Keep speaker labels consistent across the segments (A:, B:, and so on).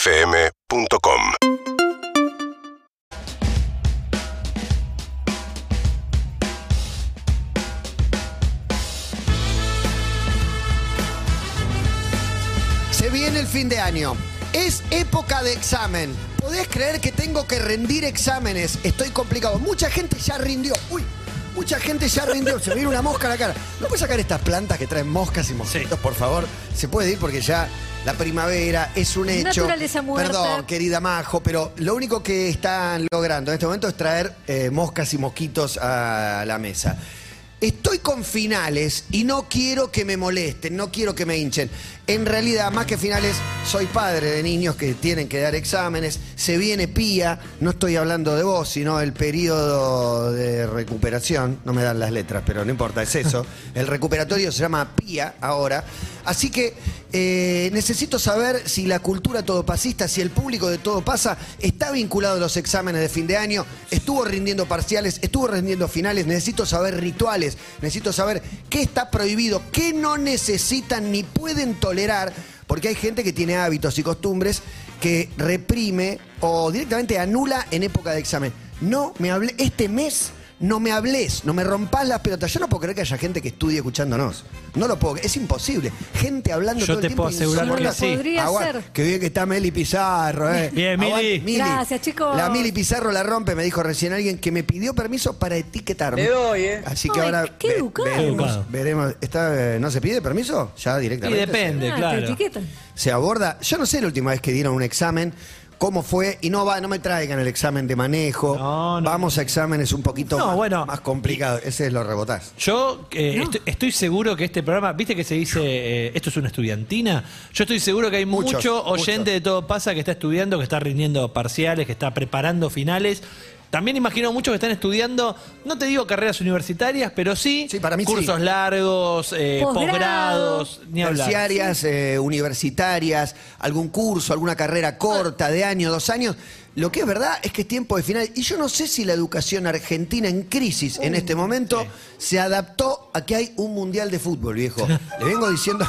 A: UrbanaPlayFM.com
B: Se viene el fin de año. Es época de examen. ¿Podés creer que tengo que rendir exámenes? Estoy complicado. Mucha gente ya rindió. Uy, mucha gente ya rindió. Se me viene una mosca a la cara. ¿No puedes sacar estas plantas que traen moscas y mosquitos, por favor? Se puede ir porque ya la primavera es un hecho.
C: Naturaleza muerta.
B: Perdón, querida Majo, pero lo único que están logrando en este momento es traer eh, moscas y mosquitos a la mesa. Estoy con finales y no quiero que me molesten, no quiero que me hinchen. En realidad, más que finales, soy padre de niños que tienen que dar exámenes. Se viene pía, no estoy hablando de vos, sino el periodo de recuperación. No me dan las letras, pero no importa, es eso. El recuperatorio se llama pía ahora. Así que eh, necesito saber si la cultura todopasista, si el público de Todo Pasa está vinculado a los exámenes de fin de año, estuvo rindiendo parciales, estuvo rindiendo finales, necesito saber rituales, necesito saber qué está prohibido, qué no necesitan ni pueden tolerar, porque hay gente que tiene hábitos y costumbres que reprime o directamente anula en época de examen. No me hablé, este mes no me hables, no me rompas las pelotas. Yo no puedo creer que haya gente que estudie escuchándonos. No lo puedo, es imposible. Gente hablando
D: Yo
B: todo el
D: te
B: tiempo.
D: puedo asegurar
B: insoportable.
D: que sí.
C: Podría
B: Aguante.
C: ser.
B: Qué bien que está Meli Pizarro, eh.
D: Bien, Mili.
B: Aguante,
C: Gracias, chicos.
B: La Mili Pizarro la rompe, me dijo recién alguien que me pidió permiso para etiquetarme.
E: Le doy, ¿eh?
B: Así que
C: Ay,
B: ahora
C: qué educado.
B: veremos,
D: Educado.
B: veremos. ¿Está, eh, ¿No se pide permiso? Ya
D: Y
B: directamente.
D: depende,
C: Ah, te
D: claro.
C: etiquetan.
B: se aborda. Yo no sé la última vez que dieron un examen, cómo fue, y no va, no me traigan el examen de manejo.
D: No, no.
B: Vamos a exámenes un poquito
D: No,
B: más,
D: bueno.
B: más complicados. Ese es lo rebotás.
D: Yo eh, estoy, estoy seguro que este programa, viste que se dice, eh, esto es una estudiantina. Yo estoy seguro que hay
B: Muchos,
D: mucho oyente
B: muchos.
D: de todo pasa que está estudiando, que está rindiendo parciales, que está preparando finales. También imagino muchos que están estudiando, no te digo carreras universitarias, pero sí,
B: Sí, para mí sí.
D: cursos largos, eh,
C: Posgrado.
D: posgrados, ni hablar.
B: Terciarias, eh, universitarias, algún curso, alguna carrera
D: Ah.
B: corta de año, dos años. Lo que es verdad es que es tiempo de final. Y yo no sé si la educación argentina en crisis en este momento se adaptó a que hay un mundial de fútbol, viejo. Le vengo diciendo.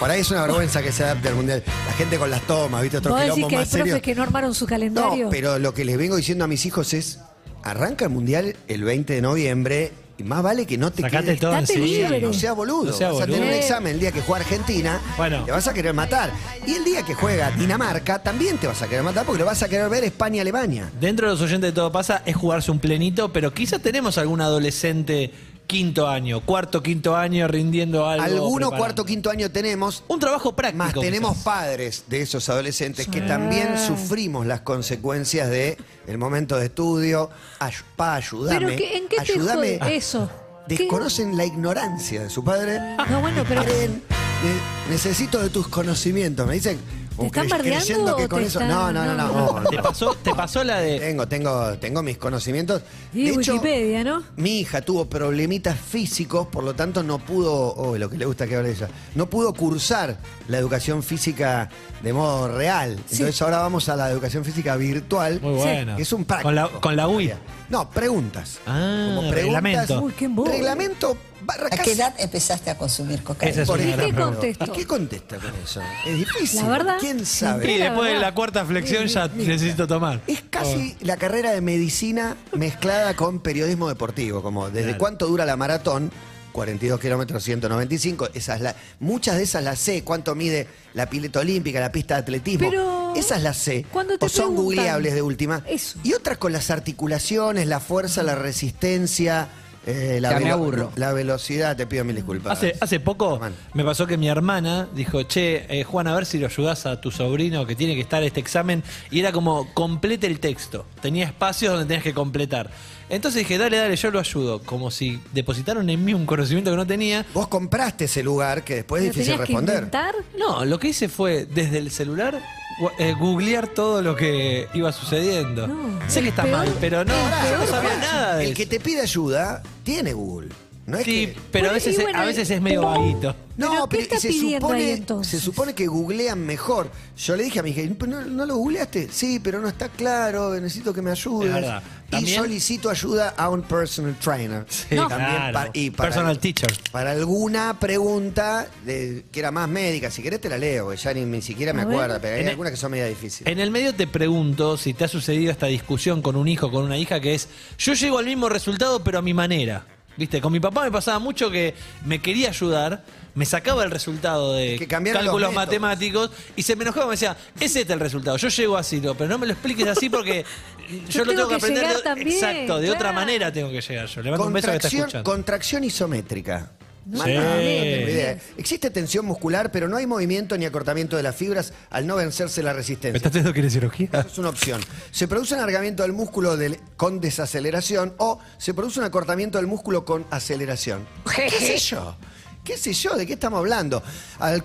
B: Por ahí es una vergüenza que se adapte al mundial. La gente con las tomas, ¿viste? Otro
C: ¿Vos decís
B: quilombo
C: que hay
B: más serio.
C: profes que no armaron su calendario?
B: No, pero lo que les vengo diciendo a mis hijos es, arranca el Mundial el 20 de noviembre y más vale que no te
D: Sacate
B: quedes...
D: todo
C: Date
D: encima.
C: libre.
B: No sea boludo.
D: No sea
B: vas a
D: boludo.
B: tener un
C: Eh.
B: examen el día que juega Argentina,
D: Bueno.
B: te vas a querer matar. Y el día que juega Dinamarca, también te vas a querer matar porque lo vas a querer ver España-Alemania.
D: Dentro de los oyentes de Todo Pasa es jugarse un plenito, pero quizás tenemos algún adolescente quinto año, cuarto, quinto año rindiendo algo.
B: Alguno
D: preparando.
B: cuarto, quinto año tenemos.
D: Un trabajo práctico.
B: Más tenemos
D: quizás.
B: padres de esos adolescentes que también sufrimos las consecuencias de el momento de estudio. Ay, pa, ayúdame.
C: ¿Pero qué- en qué te
B: ayúdame. Ah,
C: jode eso? ¿Qué?
B: Desconocen la ignorancia de su padre.
C: No, bueno, pero-
B: Creen, "Ne- necesito de tus conocimientos. Me dicen, como
C: están
B: cre-
C: bardeando
B: creyendo que
C: o
B: con
C: te
B: eso.
C: están-
B: No, no, no, no.
C: no.
B: no,
D: ¿Te
B: no.
D: pasó, te pasó la de.
B: Tengo, tengo, tengo mis conocimientos.
C: Y
B: De hecho,
C: Wikipedia, ¿no?
B: Mi hija tuvo problemitas físicos, por lo tanto no pudo, oh, lo que le gusta que hable ella, no pudo cursar la educación física de modo real.
C: Sí.
B: Entonces ahora vamos a la educación física virtual.
D: Muy bueno.
B: que Es un práctico.
D: Con la, con la UI.
B: No, preguntas.
D: Ah, reglamento.
C: Uy, qué embole.
B: reglamento barra
F: ¿A
B: casa.
F: qué edad empezaste a consumir cocaína?
D: Esa es
B: Por
D: una
B: ¿Y
D: gran
B: qué
D: pregunta.
C: contesto?
B: ¿Y qué contesta con eso? Es difícil.
C: La verdad,
B: ¿Quién
C: Sí,
D: Y
B: sabe?
C: la
D: después de
C: verdad.
D: la cuarta flexión ya necesito tomar.
B: Es casi
D: Oh.
B: la carrera de medicina mezclada con periodismo deportivo, como desde
D: Claro.
B: cuánto dura la maratón, 42 kilómetros 195, esas la- muchas de esas las sé, cuánto mide la pileta olímpica, la pista de atletismo,
C: Pero,
B: esas las sé,
C: cuando te
B: o son
C: preguntan,
B: googleables de última,
C: eso.
B: y otras con las articulaciones, la fuerza, la resistencia, eh, la,
E: Ya me
B: velo-
E: aburro.
B: la velocidad, te pido mil disculpas.
D: Hace, hace poco
B: Román.
D: me pasó que mi hermana dijo, che, eh, Juan, a ver si lo ayudás a tu sobrino que tiene que estar este examen. Y era como, complete el texto. Tenía espacios donde tenías que completar. Entonces dije, dale, dale, yo lo ayudo. Como si depositaron en mí un conocimiento que no tenía.
B: Vos compraste ese lugar que después es
C: ¿Lo
B: difícil
C: tenías que
B: responder.
C: inventar?
D: No, lo que hice fue, desde el celular, gu- eh, googlear todo lo que iba sucediendo.
C: No.
D: sé que está
C: El
D: mal,
C: peor-
D: pero no,
C: el
D: yo no
C: peor
D: sabía
C: caso.
D: nada de
B: El
D: eso.
B: que te pide ayuda tiene Google. No es
D: Sí,
B: que
C: Bueno,
D: pero a
C: y
D: veces,
C: bueno,
D: a
C: y-
D: veces es medio vaguito.
C: ¿Pero qué está
B: se
C: pidiendo
B: supone,
C: ahí entonces?
B: se supone que googlean mejor. Yo le dije a mi hija, ¿no, no lo googleaste? Sí, pero no está claro, necesito que me ayudes.
D: Es verdad.
B: Y
D: También-
B: solicito ayuda a un personal trainer.
D: Sí,
C: No.
D: claro.
B: pa-
D: Personal teacher.
B: Para alguna pregunta de- que era más médica, si querés te la leo, porque ya ni, ni siquiera me
C: A ver.
B: acuerdo, pero hay
D: En- e-
B: algunas que son media difíciles.
D: En el medio te pregunto si te ha sucedido esta discusión con un hijo, con una hija, que es, yo llego al mismo resultado, pero a mi manera. Viste, con mi papá me pasaba mucho que me quería ayudar, me sacaba el resultado de
B: Es que cambiaron los
D: cálculos
B: métodos.
D: matemáticos y se me enojaba, me decía, es este el resultado, yo llego así, no, pero no me lo expliques así porque yo,
C: Yo
D: lo
C: tengo
D: tengo, que
C: que
D: aprender.
C: llegar
D: de-
C: también,
D: exacto, de otra
C: claro.
D: manera tengo que llegar yo. Le mando un beso que está
B: Contracción,
D: escuchando.
B: contracción isométrica.
C: No,
B: Mamá,
D: Sí.
B: no tengo idea. Existe tensión muscular, pero no hay movimiento ni acortamiento de las fibras al no vencerse la
D: ¿Me
B: resistencia.
D: estás haciendo kinesiología?
B: Eso es una opción. Se produce un alargamiento del músculo del- con desaceleración o se produce un acortamiento del músculo con aceleración. ¿Qué sé yo? ¿Qué sé yo? ¿De qué estamos hablando? Al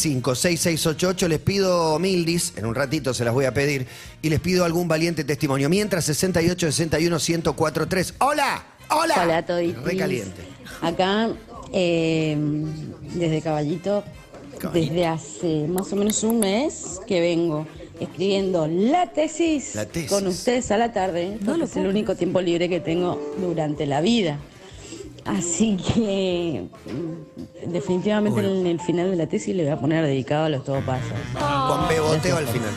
B: 4775-6688 les pido mildis, en un ratito se las voy a pedir, y les pido algún valiente testimonio. Mientras 6861-1043. ¡Hola! ¡Hola!
E: Hola, toditis.
B: Recaliente.
E: Acá, eh, desde Caballito, desde hace más o menos un mes que vengo escribiendo la tesis,
B: La tesis.
E: con ustedes a la tarde,
C: No
E: porque
C: lo
E: es el
C: puedo
E: único tiempo libre que tengo durante la vida. Así que mm, definitivamente en el final de la tesis le voy a poner dedicado a los todopasos.
B: Con beboteo al final.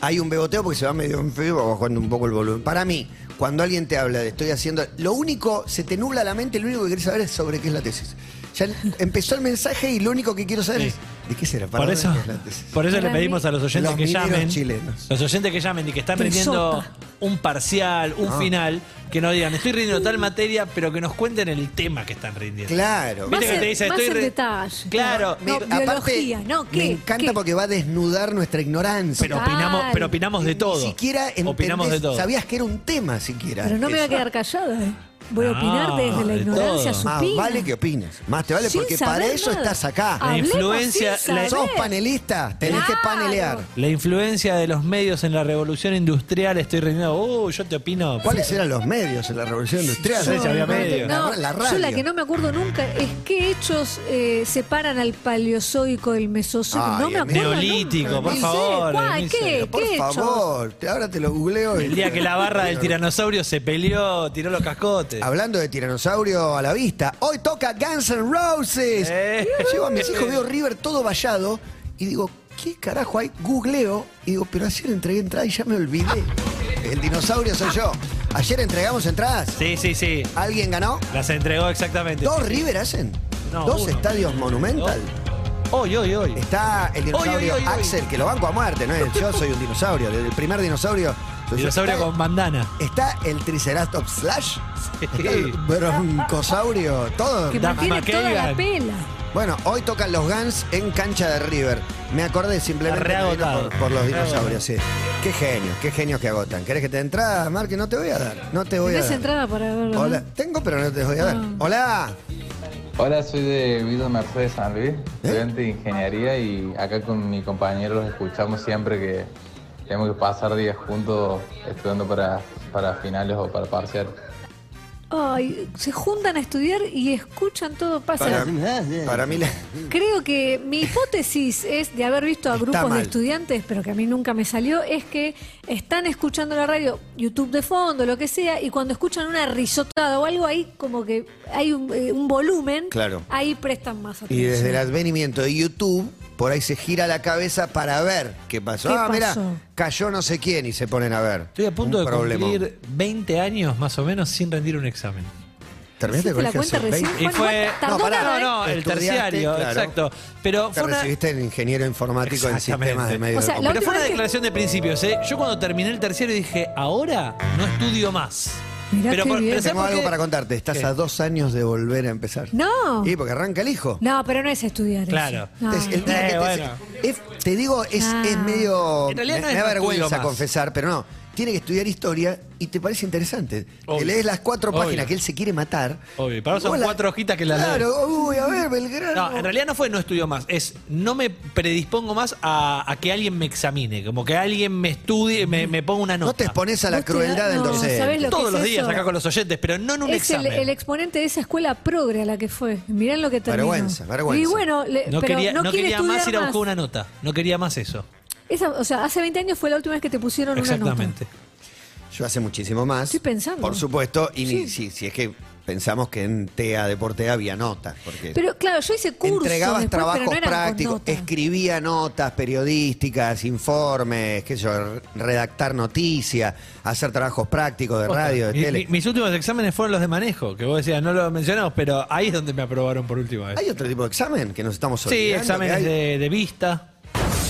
B: Hay un beboteo porque se va medio en frío, bajando un poco el volumen. Para mí, cuando alguien te habla de estoy haciendo, lo único, se te nubla la mente, lo único que querés saber es sobre qué es la tesis. Ya empezó el mensaje y lo único que quiero saber
D: Sí.
B: es de qué será, para
D: Por
B: dónde
D: eso,
B: es la tesis.
D: por eso le
C: Para mí-
D: pedimos a los oyentes
B: Los
D: que
B: mineros
D: llamen.
B: chilenos.
D: Los oyentes que llamen y que están
C: Te
D: rindiendo
C: sopa.
D: un parcial, un final, que nos digan, estoy rindiendo tal materia, pero que nos cuenten el tema que están rindiendo.
B: Claro.
C: Más
D: Viste que
C: en-
D: te dice,
C: más
D: estoy
C: en
D: re-
C: detalle.
D: Claro.
C: No, biología, no, ¿qué?
B: me encanta
C: ¿Qué?
B: porque va a desnudar nuestra ignorancia.
D: Pero opinamos,
C: Total.
D: pero opinamos de todo.
B: Ni siquiera
D: opinamos de
B: entendés-
D: todo.
B: sabías que era un tema siquiera.
C: Pero no me voy a
B: Eso.
C: quedar callada. eh. Voy a
D: No,
C: opinar desde la
D: de
C: ignorancia
D: todo.
C: supina.
B: Más Ah, vale que opines. Más te vale
C: Sin
B: porque para
C: saber
B: eso
C: nada.
B: estás acá.
D: Ah,
C: Hablemos
D: influencia-
C: sin
D: la-
C: saber.
B: Sos panelista, tenés que
C: Claro.
B: panelear.
D: La influencia de los medios en la revolución industrial, estoy rindiendo, uh, yo te opino.
B: ¿Cuáles eran los medios en la Revolución Industrial?
D: Yo, había
C: no,
D: medio.
C: no,
B: La, la radio.
C: Yo la que no me acuerdo nunca es qué hechos eh, separan al paleozoico del mesozoico.
B: Ay,
C: no me
B: el
C: acuerdo. nunca.
D: neolítico, por
C: No sé,
D: favor,
C: ¿cuál?
D: Denise.
C: ¿Qué?
B: Por
C: ¿Qué hechos?
B: favor, te- ahora te lo googleo. y-
D: El día que la barra del tiranosaurio se peleó, tiró los cascotes.
B: Hablando de tiranosaurio a la vista, hoy toca Guns N' Roses.
D: Eh.
B: Llevo a mis hijos, veo River todo vallado y digo, ¿qué carajo hay? Googleo y digo, pero ayer entregué entrada y ya me olvidé. El dinosaurio soy yo. Ayer entregamos entradas.
D: Sí, sí, sí.
B: ¿Alguien ganó?
D: Las entregó exactamente.
B: ¿Dos River hacen?
D: No,
B: ¿Dos
D: uno.
B: estadios monumental?
D: Hoy, hoy, hoy.
B: Está el dinosaurio
D: Oy, oy, oy, oy.
B: Axel, que lo banco a muerte, ¿no? es? Yo soy un dinosaurio, el primer dinosaurio.
D: Dinosaurio
B: está,
D: con bandana.
B: Está el Triceratops Slash,
D: Sí.
B: está el broncosaurio, todo.
C: Que
D: Duff
C: mantiene toda la
D: McKagan.
C: pela.
B: Bueno, hoy tocan los Guns en cancha de River. Me acordé simplemente
D: Está
B: de-
D: reagotado.
B: por, por los
D: Está
B: dinosaurios, sí. Qué genios, qué genios que agotan. ¿Querés que te entrada, Marque? No te voy a dar, no te voy a
C: ¿Tenés
B: dar.
C: entrada para verlo? no?
B: Hola, tengo, pero no te voy a dar.
C: Ah.
B: Hola.
G: Hola, soy de Guido Mercedes San Luis,
B: ¿Eh?
G: estudiante de ingeniería y acá con mi compañero los escuchamos siempre que tenemos que pasar días juntos estudiando para, para finales o para parciales.
C: Ay, se juntan a estudiar y escuchan todo
B: Para,
C: pasa.
B: para mí la-
C: Creo que mi hipótesis es de haber visto a
B: Está
C: grupos
B: mal.
C: de estudiantes, pero que a mí nunca me salió, es que están escuchando la radio, YouTube de fondo, lo que sea, y cuando escuchan una risotada o algo ahí, como que hay un, eh, un volumen,
B: Claro.
C: ahí prestan más atención.
B: Y desde el advenimiento de YouTube, por ahí se gira la cabeza para ver qué pasó.
C: ¿Qué
B: ah, mira,
C: pasó?
B: cayó no sé quién y se ponen a ver.
D: Estoy a punto
B: Un
D: de
B: problema.
D: cumplir 20 años más o menos sin rendir un examen.
B: ¿Terminaste
C: ¿Hiciste
B: con
C: la cuenta recién?
D: Y
C: Bueno,
D: fue.
C: igual tardó
B: No, pará.
C: nada, ¿eh?
D: no, no, el
B: Estudiaste,
D: terciario,
B: claro.
D: exacto. Pero
B: Te
D: fue una.
B: recibiste en ingeniero informático en
D: Exactamente.
B: sistemas de
C: O
B: medios
C: sea,
B: de
C: la
D: Pero fue
C: última
D: una
C: vez que-
D: declaración de principios, ¿eh? Yo cuando terminé el terciario dije, ahora no estudio más.
C: Mirá
D: pero
C: qué bien.
D: pero ¿sabés
B: Tengo
D: por
B: algo
D: qué?
B: para contarte. Estás
D: ¿Qué?
B: a dos años de volver a empezar.
C: No.
B: Y porque arranca el hijo.
C: No, pero no es estudiar. eso.
D: Claro.
C: No.
B: Entonces, el día
D: Eh,
B: que te,
D: bueno.
B: es- te digo, es,
C: Ah.
B: es medio.
D: En realidad
B: me,
D: no es
B: me da
D: estudio
B: vergüenza
D: más.
B: confesar, pero no. tiene que estudiar historia y te parece interesante.
D: Obvio.
B: Le lees las cuatro
D: Obvio.
B: páginas que él se quiere matar.
D: Obvio, para vos son
B: Vos la-
D: cuatro hojitas que las lees.
B: Claro, uy, a ver, Belgrano.
D: No, en realidad no fue no estudio más, es no me predispongo más a, a que alguien me examine, como que alguien me estudie, me, me ponga una nota.
B: No te expones a la
C: Vos te
B: crueldad
C: da-
B: del
C: no,
B: docente.
C: ¿sabés lo que
D: Todos
C: es
D: los días
C: eso?
D: acá con los oyentes, pero no en un
C: es el,
D: examen.
C: el exponente de esa escuela progre a la que fue. Mirá en lo que terminó.
B: Vergüenza, vergüenza.
C: Y bueno, le-
D: no
C: Eh, pero
D: quería,
C: no,
D: no
C: quiere
D: quería más ir
C: estudiar
D: a buscar una nota, no quería más eso.
C: Esa- o sea, hace 20 años fue la última vez que te pusieron una nota.
D: Exactamente.
B: Yo hace muchísimo más.
C: Estoy pensando.
B: Por supuesto, y ni- si,
C: Sí.
B: si es que pensamos que en TEA, Deporte A, había notas. Porque
C: Pero claro, yo hice cursos
B: entregabas
C: después,
B: trabajos
C: pero no eran con
B: prácticos,
C: nota.
B: escribía notas periodísticas, informes, qué sé yo, re- redactar noticias, hacer trabajos prácticos de radio, de
D: Mi-
B: tele.
D: mi- mis últimos exámenes fueron los de manejo, que vos decías, no lo mencionamos, pero ahí es donde me aprobaron por última vez.
B: ¿Hay otro tipo de examen que nos estamos
D: Sí,
B: olvidando? que
D: exámenes
B: hay?
D: de, de vista.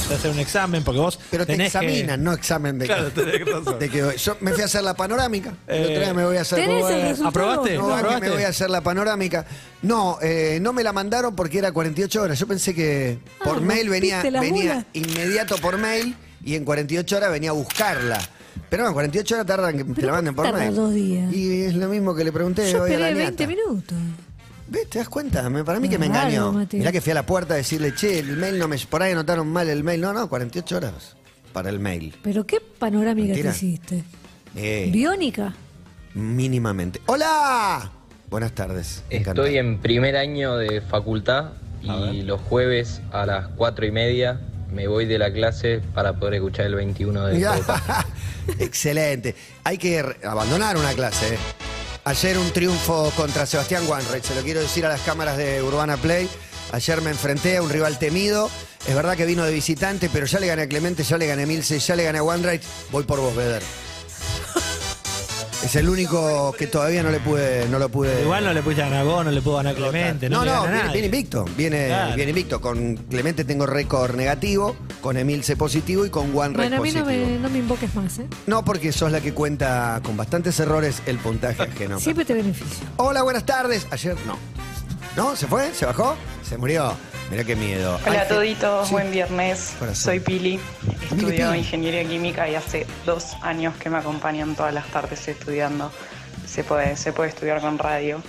D: Te hacen un examen porque vos.
B: Pero te
D: tenés que-
B: examinan, no examen de...
D: Claro, tenés razón.
B: de que- yo me fui a hacer la panorámica, el otro
D: Eh,
B: día me voy a hacer...
C: ¿Tenés el
B: Bueno,
C: resultado?
D: ¿Aprobaste?
B: No,
D: ¿Lo
B: va que
D: aprobaste?
B: me voy a hacer la panorámica. No, eh, no me la mandaron porque era 48 horas. Yo pensé que
C: Ah,
B: por mail venía,
C: rompiste las bolas.
B: venía inmediato por mail y en 48 horas venía a buscarla. Pero no, en 48 horas tardan que te
C: ¿Pero
B: la manden por
C: tarda
B: mail.
C: dos días?
B: Y es lo mismo que le pregunté
C: Yo
B: hoy a la
C: esperé
B: nieta.
C: 20 minutos.
B: ¿Ves? ¿Te das cuenta? Me- para mí que me
C: Raro,
B: engañó.
C: Mati.
B: Mirá que fui a la puerta a decirle, che, el mail no me... Por ahí anotaron mal el mail. No, no, 48 horas para el mail.
C: Pero qué panorámica
B: Mentira.
C: te hiciste.
B: Eh,
C: Biónica.
B: mínimamente. ¡Hola! Buenas tardes. Encantado.
H: Estoy en primer año de facultad y los jueves a las cuatro y media me voy de la clase para poder escuchar el 21 de
B: Mirá.
H: Copa.
B: Excelente. Hay que re- abandonar una clase. ¿eh? Ayer un triunfo contra Sebastián Wanreich, se lo quiero decir a las cámaras de Urbana Play. Ayer me enfrenté a un rival temido. Es verdad que vino de visitante, pero ya le gané a Clemente, ya le gané a Milce, ya le gané a Wanreich. Voy por vos, Beder. Es el único que todavía no le pude, no lo pude.
D: Igual no le pudiste ganar a vos, no le puedo ganar a Clemente. No,
B: No,
D: le
B: no,
D: gana a
B: viene,
D: nadie.
B: viene invicto. Viene,
D: Claro.
B: viene invicto. Con Clemente tengo récord negativo, con Emilce positivo y con Wanreich
C: Bueno, a mí no
B: positivo.
C: me, no me invoques más, ¿eh?
B: No, porque sos la que cuenta con bastantes errores el puntaje ajeno.
C: Siempre te beneficio.
B: Hola, buenas tardes. Ayer no. ¿No? ¿Se fue? ¿Se bajó? ¿Se murió? Mirá qué miedo. Ángel-
I: Hola a toditos,
B: Sí.
I: buen viernes.
B: Corazón.
I: Soy Pili,
B: Pili,
I: estudio
B: Pili.
I: ingeniería química y hace dos años que me acompañan todas las tardes estudiando. Se puede, se puede estudiar con radio.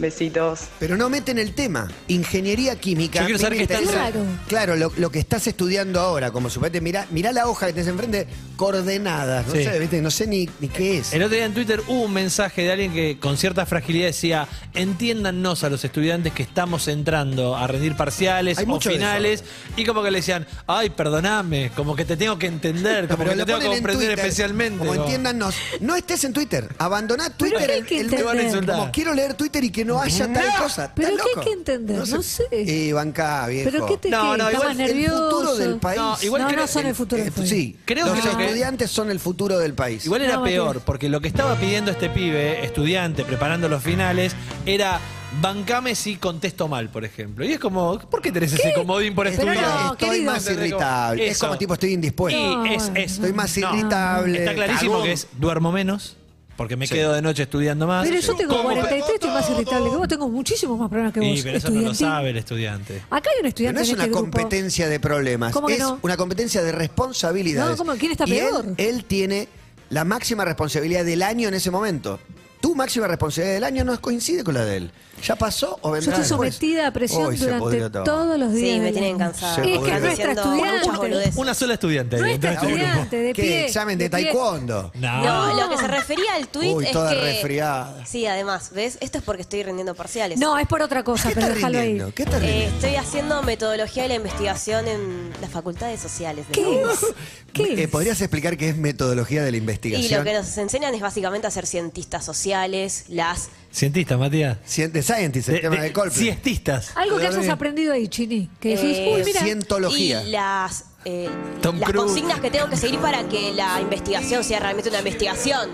I: Besitos.
B: Pero no meten el tema. Ingeniería química.
D: Yo quiero
B: A mí
D: saber
B: me
D: qué está
B: interesa-
C: Claro.
B: Claro, lo, lo que estás estudiando ahora, como suponete, mirá, mirá la hoja que tenés enfrente, coordenadas. No
D: Sí.
B: sé, ¿viste? No sé ni, ni qué es.
D: El otro día en Twitter hubo un mensaje de alguien que con cierta fragilidad decía, entiéndannos a los estudiantes que estamos entrando a rendir parciales
B: Hay
D: o
B: mucho de eso.
D: finales, y como que le decían, ay, perdoname, como que te tengo que entender, como
B: Pero
D: que
B: lo
D: te tengo que
B: ponen en
D: comprender
B: Twitter,
D: especialmente.
B: Como
D: Como-
B: entiéndanos, no estés en Twitter. Abandoná
C: Pero
B: Twitter.
C: ¿qué hay que
D: Te van a
C: entender?
D: insultar.
B: Como quiero leer Twitter y que no haya tal cosa.
C: Pero
B: ¿Estás
C: ¿qué hay
B: loco?
C: que entender? No sé.
B: Y banca, viejo.
C: ¿Pero qué te
D: No,
C: qué?
D: no,
C: ¿Estás
D: igual
C: más
D: el
C: nervioso?
B: futuro del país.
C: No,
D: No, igual
C: no,
D: creo-
C: son el futuro
B: Eh,
C: del país.
B: sí,
D: Creo
B: los
D: que lo que-
B: estudiantes son el futuro del país.
D: Igual era
C: No, Matías.
D: peor, porque lo que estaba pidiendo este pibe, estudiante, preparando los finales, era bancame si contesto mal, por ejemplo. Y es como, ¿por qué tenés ese comodín por
B: estoy
C: Pero
D: estudiar?
C: no,
B: estoy
C: querido.
B: más irritable. Es
D: Eso.
B: como tipo, estoy
D: Y
B: indispuesto.
D: es, es-
B: Pues, Estoy más
D: no.
B: irritable.
D: Está clarísimo
B: cagón.
D: que es duermo menos, porque me
B: Sí.
D: quedo de noche estudiando más.
C: Pero yo tengo
D: ¿Cómo?
C: 43, estoy más irritable que vos, tengo muchísimos más problemas que vos.
D: Y, pero eso no lo
C: estudiantil.
D: sabe el estudiante.
C: Acá hay un
B: Pero
C: estudiante
B: no es
C: en
B: una
C: este grupo.
B: competencia de problemas,
C: ¿Cómo que
B: es
C: no?
B: una competencia de responsabilidades.
C: No, ¿cómo? ¿Quién está
B: Y él-
C: peor?
B: Él, tiene la máxima responsabilidad del año en ese momento. Tu máxima responsabilidad del año no coincide con la de él. ¿Ya pasó o
C: Yo
B: vendrá
C: estoy
B: después?
C: sometida a presión
B: Hoy se
C: durante
B: pudrió todo.
C: todos los días.
F: Sí, me
C: del
F: tienen
C: año.
F: cansada.
B: Se
C: Es
B: pudrió.
C: que nuestra
F: Diciendo muchas
C: estudiante.
F: boludeces.
D: Una sola estudiante. ahí,
C: Nuestra
D: dentro de este
C: estudiante de
B: ¿Qué?
C: pie.
B: ¿Examen de
C: pie.
B: taekwondo?
D: grupo. No.
J: No, lo que se refería al tuit
B: Uy,
J: es
B: toda
J: que...
B: resfriada.
J: Sí, además, ¿ves? Esto es porque estoy rindiendo parciales.
C: No, es por otra cosa,
B: ¿Qué
C: pero
B: estás
C: déjalo ahí.
B: rindiendo? ¿Qué estás
J: Eh,
B: rindiendo?
J: estoy haciendo metodología de la investigación en las facultades sociales. de
C: ¿Qué
J: Córdoba.
C: es? ¿Qué
B: Eh,
C: es?
B: ¿Podrías explicar qué es metodología de la
J: Y
B: investigación?
J: lo que nos enseñan es básicamente a ser cientistas sociales, las...
D: Cientista, Matías.
B: Cien- de Scientist, el
D: De-
B: tema
D: de-
B: de Coldplay.
D: Siestistas.
C: Algo que hayas
B: Bien.
C: aprendido ahí, Chini. Que decís,
J: eh,
C: uy, mira.
B: Siento- Cientología.
J: Y las, eh,
D: Tom
J: las
D: Cruise.
J: consignas que tengo que seguir para que la investigación sea realmente una investigación.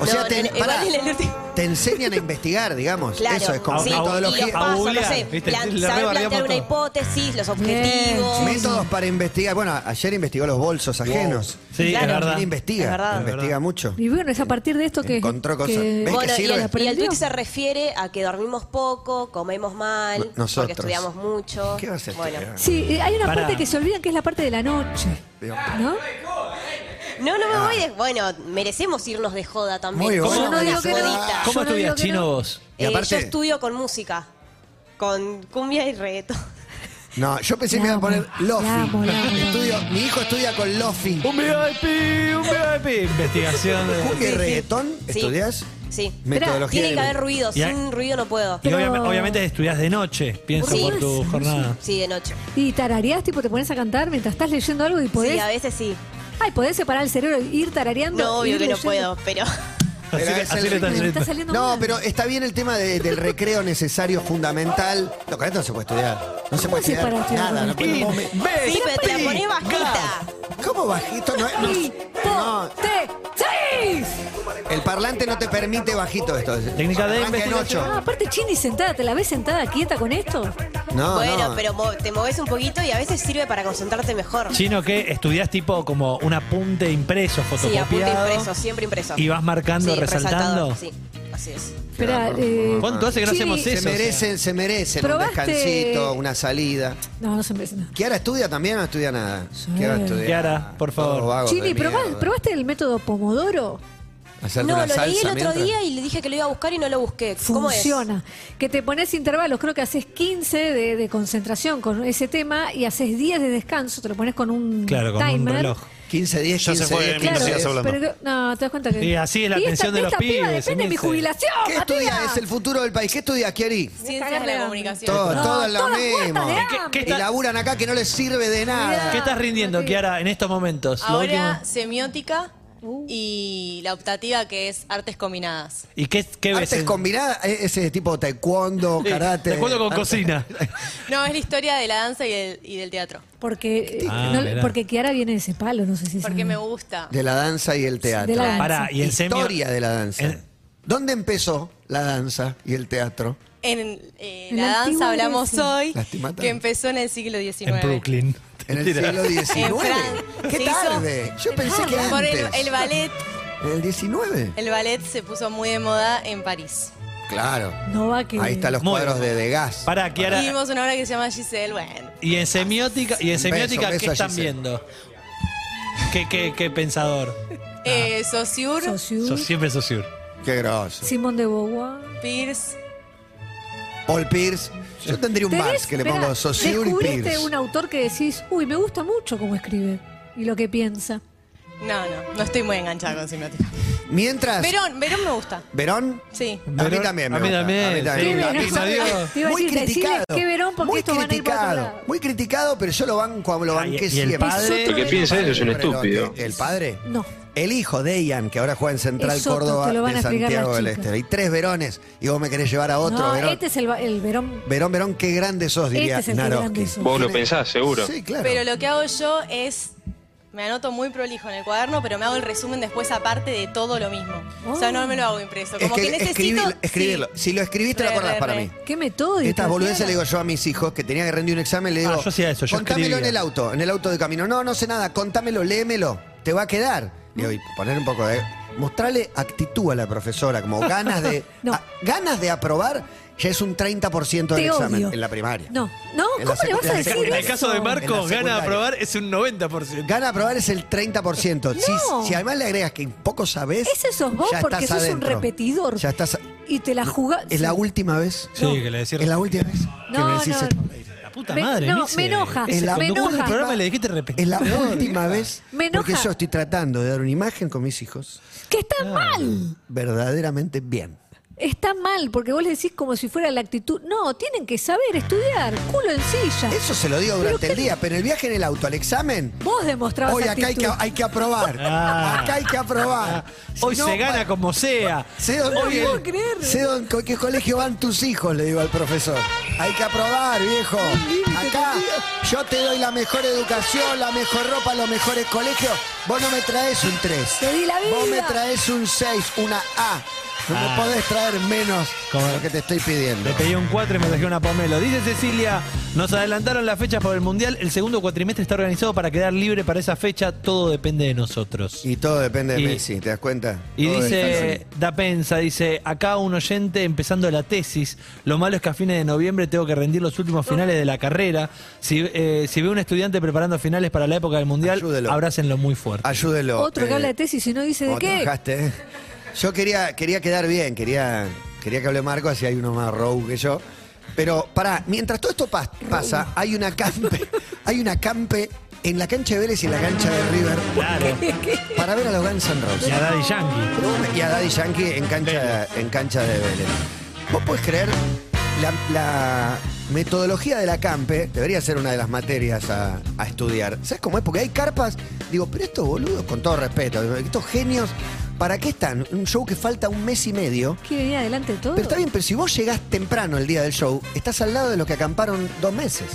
B: O sea, te,
J: no, no,
B: pará,
J: igual en el último-
B: te enseñan a investigar, digamos.
J: Claro,
B: Eso es como
J: sí,
B: metodología.
J: y los pasos,
D: A
J: no sé,
D: googlear, ¿viste?
J: plan-
D: Le
J: saber
D: rebardeamos
J: plantear una
D: todo.
J: hipótesis, los
C: Bien.
J: objetivos.
B: Métodos para investigar. Bueno, ayer investigó los bolsos ajenos.
J: Claro.
D: Sí, es
B: Él
D: verdad.
B: investiga,
J: Es verdad.
B: investiga mucho.
C: Y bueno, es a partir de esto que.
B: Encontró cosas.
C: que-
B: ¿Ves que
J: Bueno, y
B: sirve?
J: el, y el
C: Aprendió.
J: tweet se refiere a que dormimos poco, comemos mal,
B: No- nosotros.
J: porque estudiamos mucho.
B: ¿Qué vas a este
J: Bueno,
B: estudiar?
C: Sí, eh, hay una
D: Pará.
C: parte que se olvidan que es la parte de la noche.
B: Digo,
C: ¿No?
J: No, no me voy de... Bueno, merecemos irnos de joda también.
B: Ah. Muy
J: Somos
B: bueno. Yo no
J: una
B: digo que no.
J: jodita.
D: ¿Cómo
C: Yo no
D: estudias
C: digo que
D: chino
C: no.
D: vos?
B: Y
J: Eh,
B: aparte-
J: yo estudio con música, con cumbia y reggaeton.
B: No, yo pensé que me iban a poner Lofi. Estudio- Mi hijo estudia con Lofi.
D: Un VIP, un VIP. Investigación de...
B: ¿Cumbia y reggaetón?
J: Sí.
B: ¿Estudias?
J: Sí.
B: Metodología
J: Tiene que
B: de-
J: haber ruido,
D: Y hay-
J: sin ruido no puedo.
D: Y
C: Pero-
D: obvia- obviamente estudias de noche, pienso
J: Sí.
D: por tu jornada.
J: Sí, de noche.
C: Y tarareás, tipo, te pones a cantar mientras estás leyendo algo y podés.
J: Sí, a veces sí.
C: Ay, podés separar el cerebro e ir tarareando.
J: No,
C: e
J: obvio
C: ir
J: que no puedo,
C: leyendo.
J: pero...
B: Pero
D: Así le-
B: es
D: así
B: el
D: le
B: ritmo.
D: están
C: Me está
D: yendo.
C: saliendo
B: No,
C: mal.
B: pero está bien el tema de- del recreo necesario, fundamental. No, con esto no se puede estudiar. No se puede
C: se
B: estudiar
C: para estudiar
B: nada. No
C: con
B: puede-
D: Y-
B: vos me-
D: ves,
J: Sí, pero te la ponés bajita.
B: ¿Cómo bajito? No, no-
C: Un,
B: no,
C: dos, tres, seis.
B: el parlante no te permite bajito esto.
D: Técnica de
B: Arranca en
D: investigación.
C: Ah,
B: ocho.
C: aparte, Chini sentada, ¿te la ves sentada quieta con esto?
B: No,
J: bueno,
B: no.
J: pero mo- te moves un poquito y a veces sirve para concentrarte mejor.
D: Chino que estudias tipo como un apunte
J: Sí,
D: impreso, fotocopiado.
J: apunte impreso, siempre impreso.
D: Y vas marcando,
J: Sí,
D: resaltando.
J: resaltador, Sí, así es.
C: Espera, eh,
D: ¿Cuánto hace que no
C: Chini,
D: hacemos
B: Se
D: eso?
B: merecen, se merecen un
C: ¿Probaste?
B: descansito, una salida.
C: No, no se merece nada.
B: ¿Kiara estudia también o no estudia nada? Kiara estudia.
D: Kiara, por favor.
B: Todos vagos de
C: Chini,
B: mierda.
C: ¿probá- ¿probaste el método Pomodoro?
B: Hacerte
J: No,
B: una
J: lo leí el
B: salsa
J: otro
B: mientras.
J: día y le dije que lo iba a buscar y no lo busqué. ¿Cómo es?
C: Funciona. Que te pones intervalos, creo que haces 15 de, de concentración con ese tema y haces 10 de descanso, te lo pones con un
D: Claro, con
C: timer.
D: un reloj.
B: 15, 10,
K: Ya se
B: 15,
K: fue,
B: 10,
K: Mira,
C: Claro,
B: 15,
K: sigas hablando.
C: pero no, te das cuenta que.
D: Sí, así es
C: Y
D: la
C: esta-
D: atención de los
C: esta piba
D: pibes,
C: Depende de mi
D: Emilce.
C: jubilación.
B: ¿Qué estudia?
C: Matías.
B: Es el futuro del país. ¿Qué estudia, Kiari?
C: Ciencias de la comunicación.
B: Todo,
C: No,
B: todo es lo
C: todas
B: mismo.
C: muertas de hambre.
D: ¿Qué- qué
B: Y
D: está-
B: laburan acá que no les sirve de nada.
D: ¿Qué estás rindiendo, Kiara, en estos momentos? Lo último.
E: semiótica
C: Uh.
E: y la optativa que es artes combinadas.
D: ¿Y qué, qué ves?
B: Artes
D: en-
B: combinadas, e- ese tipo taekwondo,
D: Sí,
B: karate.
D: de acuerdo con
B: arte-
D: cocina.
E: No, es la historia de la danza y del, y del teatro.
C: Porque, eh,
D: Ah,
C: no-
D: mirá.
C: porque Kiara viene de ese palo, no sé si
E: Porque
C: saben.
E: me gusta.
B: De la danza y el teatro.
C: De la danza.
D: Pará, Ah, y en semio-
B: Historia de la danza.
D: en-
B: ¿Dónde empezó la danza y el teatro?
E: En eh,
C: En la
E: la
C: antigua
E: danza hablamos
C: Grecia.
E: hoy,
B: Lastimata.
E: que empezó en el siglo XIX.
D: En Brooklyn.
B: En el siglo XIX.
E: En Fran-
B: ¡Qué
E: se hizo- Ah,
B: tarde!
C: Ah,
B: Yo pensé que
E: Por el,
B: antes.
E: el ballet,
B: En el 19.
E: el ballet se puso muy de moda en París.
B: Claro.
C: No va que.
B: Ahí están los
D: Muy
B: cuadros de
D: bien.
B: Degas.
D: Pará, Kiara.
E: Y vimos una obra que se llama Giselle, bueno.
D: Y en semiótica, y en
B: beso,
D: semiótica
B: beso
D: ¿qué
B: a
D: están
B: Giselle.
D: viendo? ¿Qué, qué, qué pensador?
E: Eh, Saussure,
C: Saussure,
D: Sos siempre Saussure.
B: Qué grosso.
C: Simón de Beauvoir.
E: Pierce.
B: Paul Pierce. Yo tendría un
C: Tenés-
B: Max que le
C: esperá,
B: pongo Saussure y
C: descubriste
B: Pierce.
C: un autor que decís, uy, me gusta mucho cómo escribe y lo que piensa.
E: No, no, no estoy muy enganchada con semiótica.
B: Mientras.
E: Verón, Verón me gusta.
B: ¿Verón?
E: Sí.
B: A mí también Ah, me
D: A mí
B: gusta,
D: también.
B: a mí
D: sí.
B: también.
C: Qué
B: a mí
C: Verón.
D: Adiós.
C: Te iba a
B: Muy
C: decir, decirles
B: criticado.
C: qué Verón, porque
B: muy
C: estos van a ir por otro
B: criticado.
C: lado.
B: muy criticado, pero yo lo banco a- lo
D: Ah, y-
B: banqué
D: y el
B: siempre.
D: padre-
C: El que
K: piensa eso es un
B: Siempre lo-
K: estúpido.
B: ¿El padre?
C: No.
B: El hijo de Ian, que ahora juega en Central
C: Es otro,
B: Córdoba
C: te lo van
B: de
C: a explicar
B: Santiago
C: las
B: del
C: chicas.
B: Estero. Hay tres Verones y vos me querés llevar a otro
C: no,
B: Verón.
C: este es el, va- el Verón.
B: Verón, Verón, qué grande sos,
C: Este
B: diría
C: es el que
B: Naroski.
C: grande sos.
K: Vos lo pensás, seguro.
B: Sí, claro.
E: Pero lo que hago yo es. Me anoto muy prolijo en el cuaderno, pero me hago el resumen después aparte de todo lo mismo. O sea, no me lo hago impreso.
B: es
E: Como
B: que,
E: que, necesito.
B: escribirlo, escribirlo.
E: sí.
B: Si lo escribiste, lo
E: Re,
B: acordás
E: re,
B: para
E: re.
B: mí.
C: Qué metódico.
B: Estas boludeces le
C: Claro.
B: digo yo a mis hijos que tenía que rendir un examen, le digo,
D: Ah, yo hacía eso, yo
B: contámelo
D: escribía.
B: en el auto, en el auto de camino. No, no sé nada, contámelo, léemelo, te va a quedar. Le digo, y poner un poco de... Mostrarle actitud a la profesora, como ganas de...
C: No.
B: a- ganas de aprobar ya es un 30% del
C: Te
B: examen
C: odio.
B: en la primaria.
C: No, no,
B: En la
C: ¿cómo le vas a
B: secundaria.
C: decir
D: En el
C: eso?
D: caso de
B: En la
D: Marcos,
B: secundaria.
D: gana de aprobar es un 90%.
B: Gana de aprobar es el 30%.
C: No.
B: Si, si además le agregas que poco sabes...
C: Ese sos vos
B: ya
C: porque
B: estás
C: sos un
B: adentro.
C: repetidor.
B: Ya estás... a-
C: Y te la jugás.
B: ¿Es la última vez?
D: Sí, que le decís-
B: ¿Es la última vez que me
C: No,
B: decís
C: no.
B: esto?
D: La puta
C: Me-
D: madre.
C: no,
D: Nice.
C: me enoja,
D: Es la
C: me
D: conductora del
C: enoja.
D: programa le dijiste repetir.
B: Es la última vez
C: Me enoja.
B: porque yo estoy tratando de dar una imagen con mis hijos
C: Que está mal.
B: verdaderamente bien.
C: Está mal, porque vos le decís como si fuera la actitud. No, tienen que saber estudiar, culo en silla.
B: Eso se lo digo durante
C: Pero
B: el día, pero el viaje en el auto al examen,
C: Vos demostrabas
B: hoy acá
C: actitud.
B: hay que, hay que aprobar.
D: Ah.
B: Acá hay que aprobar. Si
D: Hoy
B: no,
D: se
B: pa-
D: gana como sea.
B: Sé dónde,
D: Hoy
C: puedo creer.
B: sé dónde- con qué colegio van tus hijos, le digo al profesor. Hay que aprobar, viejo. Acá yo te doy la mejor educación, la mejor ropa, los mejores colegios. Vos no me traes un 3.
C: Te di la
B: Vos me
C: vida.
B: traes un 6, una A. No me
D: Ah.
B: podés traer menos de lo que te estoy pidiendo.
D: Le pedí un 4 y me dejé una pomelo. Dice Cecilia, nos adelantaron las fechas para el Mundial. El segundo cuatrimestre está organizado para quedar libre para esa fecha. Todo depende de nosotros.
B: Y todo depende de
D: Y-
B: Messi, ¿te das cuenta?
D: Y
B: Todo
D: dice,
B: depende.
D: da pensa, dice, acá un oyente empezando la tesis, lo malo es que a fines de noviembre tengo que rendir los últimos finales de la carrera. Si, eh, si veo un estudiante preparando finales para la época del Mundial,
B: Ayúdelo.
D: abrácenlo muy fuerte.
B: Ayúdelo.
C: Otro que
B: eh,
C: habla de tesis y no dice de
B: ¿cómo
C: qué.
B: trabajaste, eh? Yo quería, quería quedar bien, quería, quería que hable Marco, así hay uno más row que yo. Pero pará, mientras todo esto pas- pasa, hay una campe, hay una campe en la cancha de Vélez y en la cancha de River
D: Claro.
B: para ver a los Guns N' Roses.
D: Y a Daddy Yankee.
B: Pero vos me- Y a Daddy Yankee en cancha, en cancha de Vélez. ¿Vos podés creer la, la metodología de la CAMPE? Debería ser una de las materias a, a estudiar. ¿Sabes cómo es? Porque hay carpas. Digo, pero estos boludos, con todo respeto, estos genios, ¿para qué están? Un show que falta un mes y medio.
C: Quiere venir adelante de todo.
B: Pero está bien, pero si vos llegás temprano el día del show, estás al lado de los que acamparon dos meses.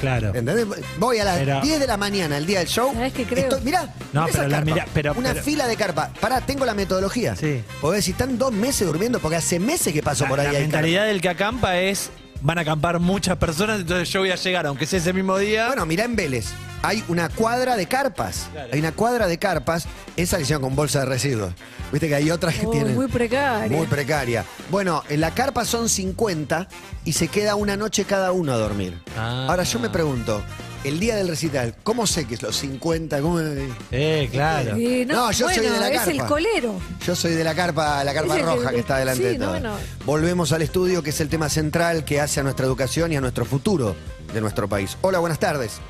D: Claro.
B: ¿Entendés? Voy a las
D: Pero-
B: 10 de la mañana el día del show.
C: ¿Sabés qué creo?
B: Estoy- mirá,
D: No,
B: mirá esa
D: pero la
B: carpa.
D: mirá, pero-
B: una
D: pero-
B: fila de carpa. Pará, tengo la metodología.
D: Sí.
B: Porque si están dos meses durmiendo, porque hace meses que paso
D: La,
B: por ahí.
D: la
B: hay
D: mentalidad del que acampa es, van a acampar muchas personas, entonces yo voy a llegar, aunque sea ese mismo día.
B: carpa. Bueno, mirá en Vélez. Hay una cuadra de carpas.
D: Claro.
B: Hay una cuadra de carpas. Esa le hicieron con bolsa de residuos. Viste que hay otras que
C: Uy,
B: tienen.
C: muy precario.
B: Muy precaria. Bueno, en la carpa son 50 y se queda una noche cada uno a dormir.
D: Ah.
B: Ahora yo me pregunto, el día del recital, ¿cómo sé que es los 50? ¿Cómo-
D: eh,
B: este
D: claro.
C: Y
B: No, yo soy
C: bueno,
B: de la
C: Es el
B: carpa.
C: colero.
B: Yo soy de la carpa, la carpa
C: Ese que-
B: roja que, está delante
C: sí,
B: de todo.
C: no, bueno.
B: Volvemos al estudio, que es el tema central que hace a nuestra educación y a nuestro futuro de nuestro país. Hola, buenas tardes.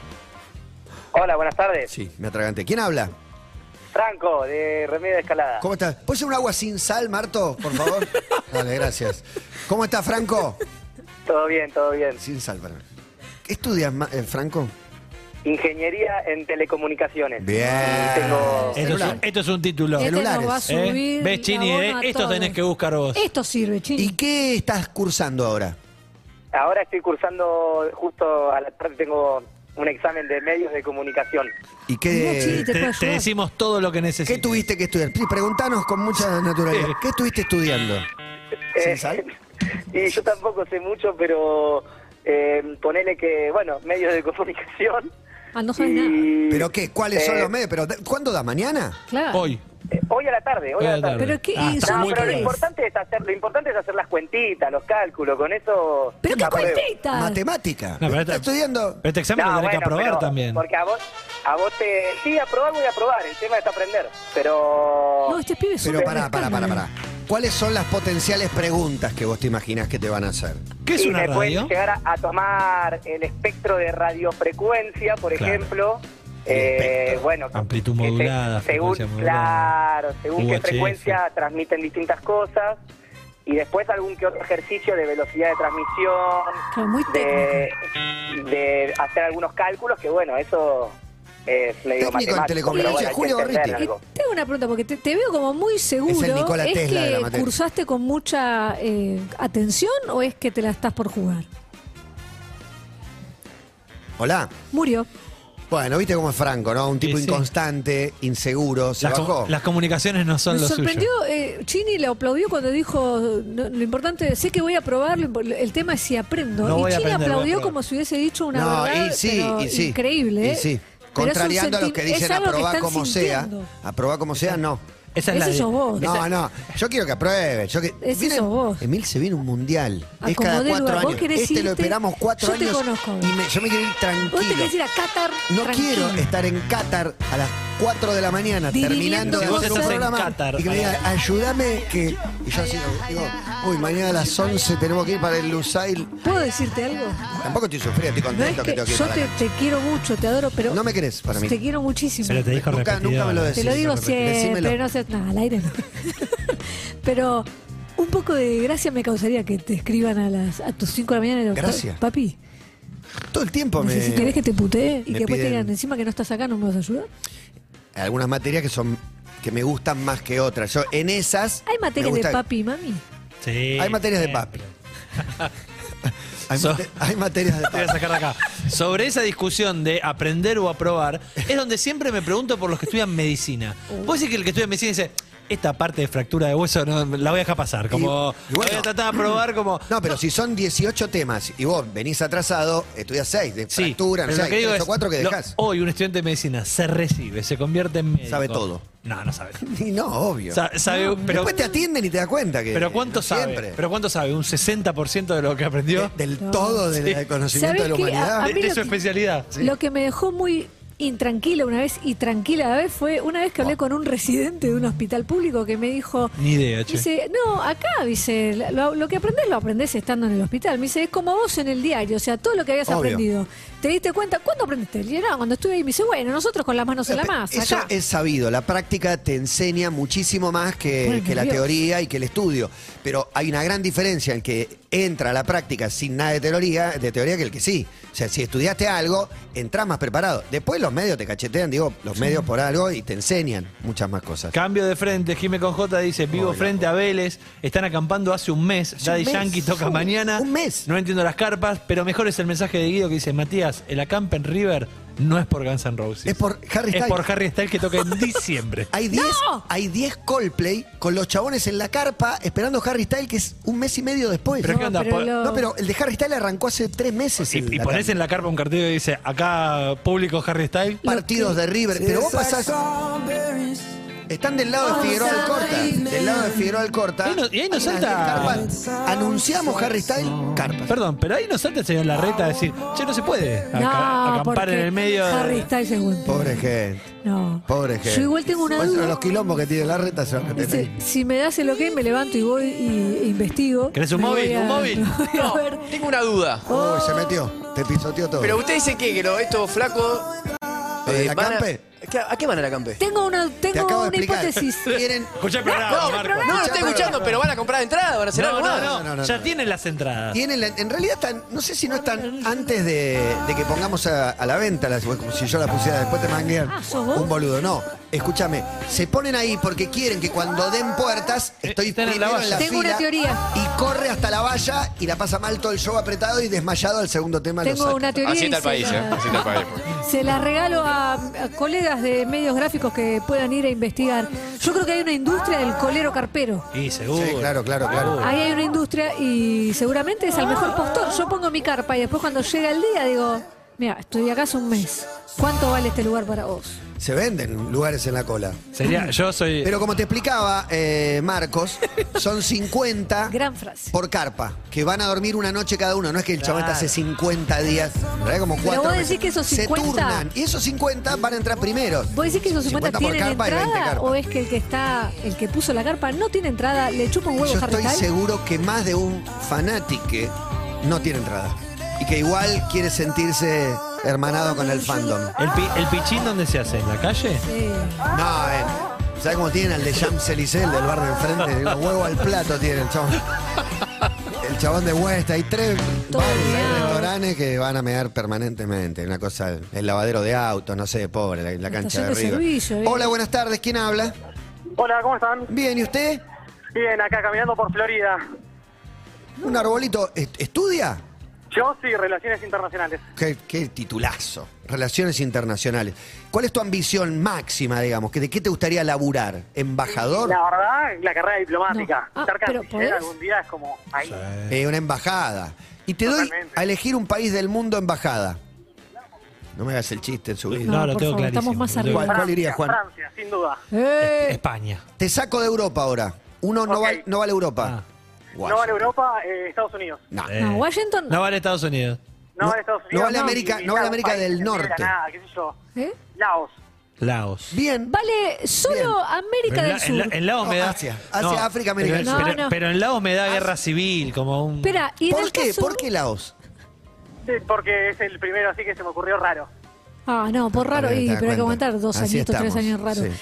K: Hola, buenas tardes.
B: Sí, me atraganté. ¿Quién habla?
K: Franco, de Remedio de Escalada.
B: ¿Cómo estás? ¿Puedes un agua sin sal, Marto, por favor? Dale, gracias. ¿Cómo estás, Franco?
K: Todo bien, todo bien.
B: Sin sal, perdón. ¿Qué estudias, Ma- eh, Franco?
K: Ingeniería en telecomunicaciones.
B: Bien.
K: Tengo-
D: Esto es, un, esto es un título.
C: Este
B: Celulares,
C: nos va a
B: ¿eh?
C: subir.
D: ¿Ves,
C: la
D: Chini?
C: goma
D: eh?
C: a
D: Esto
C: todos. Este
D: tenés que buscar vos.
C: Esto sirve, Chini.
B: ¿Y qué estás cursando ahora?
K: Ahora estoy cursando, justo a la tarde tengo un examen de medios de comunicación.
B: ¿Y
C: Mirá, Chini,
B: qué,
C: te- puede
D: Te, te
C: ayudar.
D: decimos todo lo que
B: qué
D: necesitas.
B: tuviste que estudiar? Sí, Preguntanos con mucha naturalidad. ¿Qué estuviste estudiando? ¿Sin
K: Eh,
B: sal?
K: y yo tampoco sé mucho, pero eh, ponele que, bueno, medios de comunicación.
C: Ah, no sabes nada.
K: y-
B: ¿Pero qué? ¿Cuáles son
K: Eh,
B: los medios? ¿Pero da- ¿Cuándo da? ¿Mañana?
C: Claro.
D: Hoy.
K: eh, Hoy a la tarde, hoy a la tarde.
C: Pero qué-
D: Ah,
C: y
D: está
C: son
K: No,
D: muy
K: pero lo
C: tres.
D: caliente.
K: importante, es hacer, lo importante es hacer las cuentitas, los cálculos, con eso...
C: Pero qué
K: apruebo.
C: cuentitas.
B: Matemática.
D: No,
B: ¿Está
D: pero esta-
B: estudiando?
D: Pero este examen
K: No,
D: lo tenés
K: bueno,
D: que aprobar
K: pero-
D: también.
K: Porque a vos, a vos te. Sí, aprobar voy a aprobar, el tema es aprender. Pero.
C: No, este pibe es
B: Pero
C: un
B: pará, pará, pará, pará. ¿Cuáles son las potenciales preguntas que vos te imaginás que te van a hacer?
D: ¿Qué es
K: y
D: una
K: después
D: radio?
K: llegar a, a tomar el espectro de radiofrecuencia, por
D: Claro.
K: ejemplo.
B: El
K: eh,
B: espectro.
K: bueno,
D: Amplitud
K: que se-
D: modulada,
K: según,
D: frecuencia modulada,
K: claro, según qué
D: UHF.
K: frecuencia transmiten distintas cosas. Y después algún que otro ejercicio de velocidad de transmisión,
C: Claro, muy
K: de, de hacer algunos cálculos, que bueno, eso es
B: Técnico en
K: medio matemático. pero bueno,
B: telecomunicaciones,
K: hay que
B: Julio
K: entender
B: Gorriti.
K: algo.
C: Y Eh, tengo una pregunta, porque te, te veo como muy seguro.
B: Es el Nikola
C: ¿Es
B: Tesla de la
C: que
B: materia.
C: cursaste con mucha eh, atención o es que te la estás por jugar?
B: Hola.
C: Murió.
B: Bueno, viste cómo es Franco, ¿no? Un tipo
D: Sí, sí.
B: inconstante, inseguro, se
D: Las, com-
B: bajó.
D: las comunicaciones no son
C: Me
D: lo
C: sorprendió,
D: suyo.
C: eh, Chini le aplaudió cuando dijo, "No, lo importante, sé que voy a probar, lo impo- el tema es si aprendo.
D: No
C: y
D: voy a
C: Chini
D: aprender, voy a
C: aplaudió
D: probar.
C: como si hubiese dicho una
B: no,
C: verdad
B: y sí,
C: pero
B: y sí.
C: increíble.
B: Y
C: ¿eh?
B: sí.
C: Pero es un
B: Contrariando a los que
C: senti- es
B: dicen
C: algo que
B: aprobá
C: están
B: como
C: sintiendo.
B: sea, aprobá como sea, no.
D: Esa es
C: Ese
D: la
C: sos vos.
B: No, no, yo quiero que apruebe. Yo que,
C: Ese sos vos. Ah,
B: Emil se viene un mundial. es
C: Acomodé
B: cada
C: lugar.
B: cuatro
C: Vos
B: años.
C: querés
B: Este lo
C: irte-
B: esperamos cuatro
C: yo te
B: años.
C: conozco a vos.
B: y me- yo me quiero ir tranquilo.
C: Vos te querés ir a Qatar
B: No
C: tranquilo.
B: quiero este- estar en Qatar a las 4 de la mañana
C: Dirigiendo.
B: terminando de
C: Si vos
B: hacer un
C: estás en
B: programa
D: Qatar,
B: y que me digan, ayúdame que... Y yo así digo, uy, mañana a las 11 tenemos que ir para el Lusail.
C: ¿Puedo decirte algo?
B: Tampoco estoy sufriendo, estoy
C: No es
B: contento que,
C: que
B: tengo que ir
C: yo
B: para
C: te,
B: la
C: te quiero mucho, te adoro, pero
B: cancha. No me querés para mí.
C: te quiero muchísimo.
D: Se lo te dijo
B: Nunca,
D: repetido.
B: nunca me lo
D: ¿verdad?
B: decís.
C: Te lo digo
B: repetido.
C: siempre,
B: Decímelo.
C: no sé, nada, al aire no. Pero un poco de gracia me causaría que te escriban a las a tus 5 de la mañana. y digo,
B: Gracia.
C: Papi,
B: Todo el tiempo Pues me...
C: si querés que te putee y
B: me
C: que después te
B: piden-
C: digan encima que no estás acá, ¿no me vas a ayudar?
B: Algunas materias que son... que me gustan más que otras. Yo en esas...
C: Hay materias
B: me
C: de
B: gusta-
C: papi y mami.
D: Sí,
B: Hay materias de papi. Hay,
D: So-
B: mate- hay materias de
D: Te voy a
B: papi.
D: sacar de acá. Sobre esa discusión de
B: Uh.
D: aprender o aprobar, es donde siempre me pregunto por los que estudian medicina. Vos decís que el que estudia medicina dice, esta parte de fractura de hueso no, la voy a dejar pasar. Como
B: Y- y bueno. mm,
D: la voy a tratar de probar como.
B: No, pero si son 18 temas y vos venís atrasado, estudias 6 de fractura, no
D: Pero
B: sé,
D: lo que
B: hay
D: digo
B: tres
D: es,
B: o 4 que
D: lo-
B: dejás.
D: hoy un estudiante de medicina se recibe, se convierte en médico.
B: Sabe todo.
D: No, no sabe.
B: Y no, obvio.
D: Sa- sabe-
B: No,
D: pero-
B: Después te atienden y te das cuenta que.
D: Pero ¿cuánto
B: no
D: sabe?
B: Siempre.
D: ¿Pero cuánto sabe? ¿Un 60% de lo que aprendió?
B: del todo del
D: Sí.
B: conocimiento de la
C: ¿Sabés qué? A-
B: humanidad.
C: a mí
D: De, de
C: lo que-
D: su especialidad.
C: Lo que me dejó muy intranquila una vez y tranquila a la vez fue una vez que hablé con un residente de un hospital público que me dijo,
D: Ni idea, che.
C: dice, no, acá, dice, lo, lo que aprendés lo aprendés estando en el hospital. Me dice, es como vos en el diario, o sea, todo lo que habías
B: Obvio.
C: aprendido. ¿Te diste cuenta? ¿Cuándo aprendiste? Le digo, no, cuando estuve ahí me dice, bueno, nosotros con las manos en la masa,
B: Eh, Eso
C: acá.
B: es sabido, la práctica te enseña muchísimo más que,
C: Bueno,
B: que la
C: Dios.
B: teoría y que el estudio. Pero hay una gran diferencia en que entra a la práctica sin nada de teoría, de teoría que el que sí. O sea, si estudiaste algo, entras más preparado. Después los medios te cachetean, digo, los medios por algo y te enseñan muchas más cosas.
D: Cambio de frente, Jimé con J dice, vivo frente a Vélez, están acampando hace un mes, Daddy
B: mes.
D: Yankee toca
B: Uh,
D: mañana,
B: un mes.
D: no entiendo las carpas, pero mejor es el mensaje de Guido que dice, Matías, el acamp en River no es por Guns N' Roses.
B: Es por Harry
D: Es
B: Styles.
D: por Harry Styles que toca en diciembre.
B: Hay 10 hay 10 Coldplay con los chabones en la carpa esperando Harry Styles, que es un mes y medio después.
D: Pero ¿qué
C: No,
D: onda?
C: pero
D: Po-
C: lo-
B: No, pero el de Harry Styles arrancó hace tres meses. el-
D: Y, y
B: la
D: ponés en la carpa un cartel que dice, acá público Harry Styles.
B: partidos de River. Pero vos pasás. Están del lado de Figueroa Alcorta. Del lado de Figueroa Alcorta.
D: Ahí no- y ahí no
B: Hay unas
D: salta-
B: 10 carpas. Anunciamos Harry Styles, carpa.
D: Perdón, pero ahí no salta el señor Larreta a decir, che, no se puede aca-
C: No,
D: acampar en
C: porque
D: el medio. de-
C: Harry Styles es buen tipo.
B: Pobre gente.
C: No.
B: Pobre gente.
C: Yo igual tengo una
B: Bueno,
C: duda.
B: Los quilombos que tiene la reta se van a tener.
C: Dice, si me das el ok, me levanto y voy y, e investigo.
D: ¿Querés un
C: Me
D: móvil?
C: voy a-
D: ¿Un móvil?
C: voy a
L: No,
C: ver.
L: tengo una duda.
B: Uy, se metió. Te pisoteó todo.
L: Pero usted dice que, que los- estos flacos.
B: ¿Lo del
L: eh, van a-
B: acampe?
L: ¿Qué- ¿A qué van al acampe?
C: Tengo una,
B: Te
C: tengo
B: acabo de
C: una
B: explicar.
C: hipótesis.
B: Quieren.
D: Escuchá el
L: No,
D: programa,
L: no,
D: Marco.
L: no, lo estoy escuchando, pero van a comprar entradas, van a hacer
D: No,
L: algo
D: no,
L: más.
D: no,
B: No, no,
D: ya
B: no.
D: tienen las entradas.
B: Tienen la- en realidad están, no sé si no están antes de, de que pongamos a, a la venta, las, como si yo las pusiera después te manguean
C: Ah, ¿sos vos?
B: un boludo. No, escúchame, se ponen ahí porque quieren que cuando den puertas, estoy
D: Eh, están en la
B: primero en
D: valla.
B: la
C: Tengo una
B: fila,
C: teoría.
B: Y corre hasta la valla y la pasa mal todo el show apretado y desmayado al segundo tema. lo
C: Tengo
B: saca.
C: una teoría.
L: Así
C: y
L: está el
C: se
L: país, ¿eh?
C: la-
L: Así está el país. pues.
C: Se la regalo a, a colegas de medios gráficos que puedan ir a investigar. Yo creo que hay una industria del colero carpero.
D: Y seguro.
B: Sí, claro, claro, claro.
C: Ahí hay una industria y seguramente es al mejor postor. Yo pongo mi carpa y después cuando llega el día digo, mira, estoy acá hace un mes. ¿Cuánto vale este lugar para vos?
B: Se venden lugares en la cola.
D: Sería, yo soy.
B: Pero como te explicaba, eh, Marcos, son 50
C: Gran frase.
B: por carpa, que van a dormir una noche cada uno. No es que el chabón está hace 50 días, en realidad como cuatro
C: vos
B: meses.
C: decís que esos
B: Se
C: 50
B: turnan. Y esos 50 van a entrar primero.
C: ¿Vos decís que esos 50,
B: por
C: tienen
B: carpa y 20
C: entrada
B: carpa.
C: o es que el que está, el que puso la carpa no tiene entrada, le chupa un huevo
B: Yo
C: Harry
B: estoy
C: Styles?
B: seguro que más de un fanático no tiene entrada. Y que igual quiere sentirse hermanado con el fandom.
D: ¿El, pi- el pichín dónde se hace? ¿En la calle?
C: Sí.
B: No, eh. ¿Sabes cómo tienen al de Champs-Élysées, el del bar de enfrente? Un huevo al plato tienen, el chabón. El chabón de West, hay tres
C: Todo
B: bares, hay
C: meado.
B: restaurantes que van a mear permanentemente. Una cosa, el lavadero de autos, no sé, pobre, la, la cancha
C: estación
B: de
C: de
B: River.
C: servicio, ¿eh?
B: Hola, buenas tardes, ¿quién habla?
K: Hola, ¿cómo están?
B: Bien, ¿y usted?
K: Bien, acá caminando por Florida.
B: Un arbolito, ¿est- ¿estudia?
K: Yo sí, Relaciones Internacionales.
B: Qué, qué titulazo. Relaciones internacionales. ¿Cuál es tu ambición máxima, digamos? ¿Que ¿De qué te gustaría laburar? ¿Embajador?
K: La verdad, la carrera diplomática.
C: No. Ah,
K: Ser
C: pero
K: canciller
C: ¿podés?
K: algún día es como ahí.
B: Eh, una embajada. Y te doy
K: Totalmente.
B: a elegir un país del mundo embajada. No me hagas el chiste en su vida.
D: No,
C: No,
D: lo
C: por
D: tengo
C: favor,
D: clarísimo.
C: estamos más
D: Lo tengo
C: arriba.
B: ¿Cuál iría, Juan?
K: Francia, sin duda.
D: clarísimo.
C: ¡Eh!
D: España.
B: Te saco de Europa ahora. Uno no,
K: Ok.
B: vale, no vale Europa. Guay.
K: No vale Europa, eh, Estados Unidos.
B: No.
D: Eh,
C: No, Washington no.
D: No vale Estados Unidos.
K: No,
B: No-
K: vale Estados
B: no
K: Unidos.
B: vale América-
K: y
B: no vale
K: ningún
B: América
K: país
B: del
K: que tenga
B: norte.
K: Nada, qué sé yo.
C: ¿Eh?
K: Laos.
D: Laos.
B: Bien.
C: Vale solo América
D: en,
C: del
D: la-
C: Sur.
D: en la- en Laos
B: No,
D: me da.
B: Asia. Asia, África, América
D: pero,
C: del Sur.
D: pero-
C: No, no.
D: pero en Laos me da guerra civil, como un.
C: Espera, ¿y en
B: ¿Por
C: el
B: qué?
C: caso-
B: ¿Por qué Laos?
K: Sí, porque es el primero así que se me ocurrió raro.
C: Ah, no, por raro,
B: Ahí
C: y,
B: te das
C: pero hay que
B: cuenta.
C: aguantar dos
B: Así
C: añitos, tres años
B: estamos,
C: raros.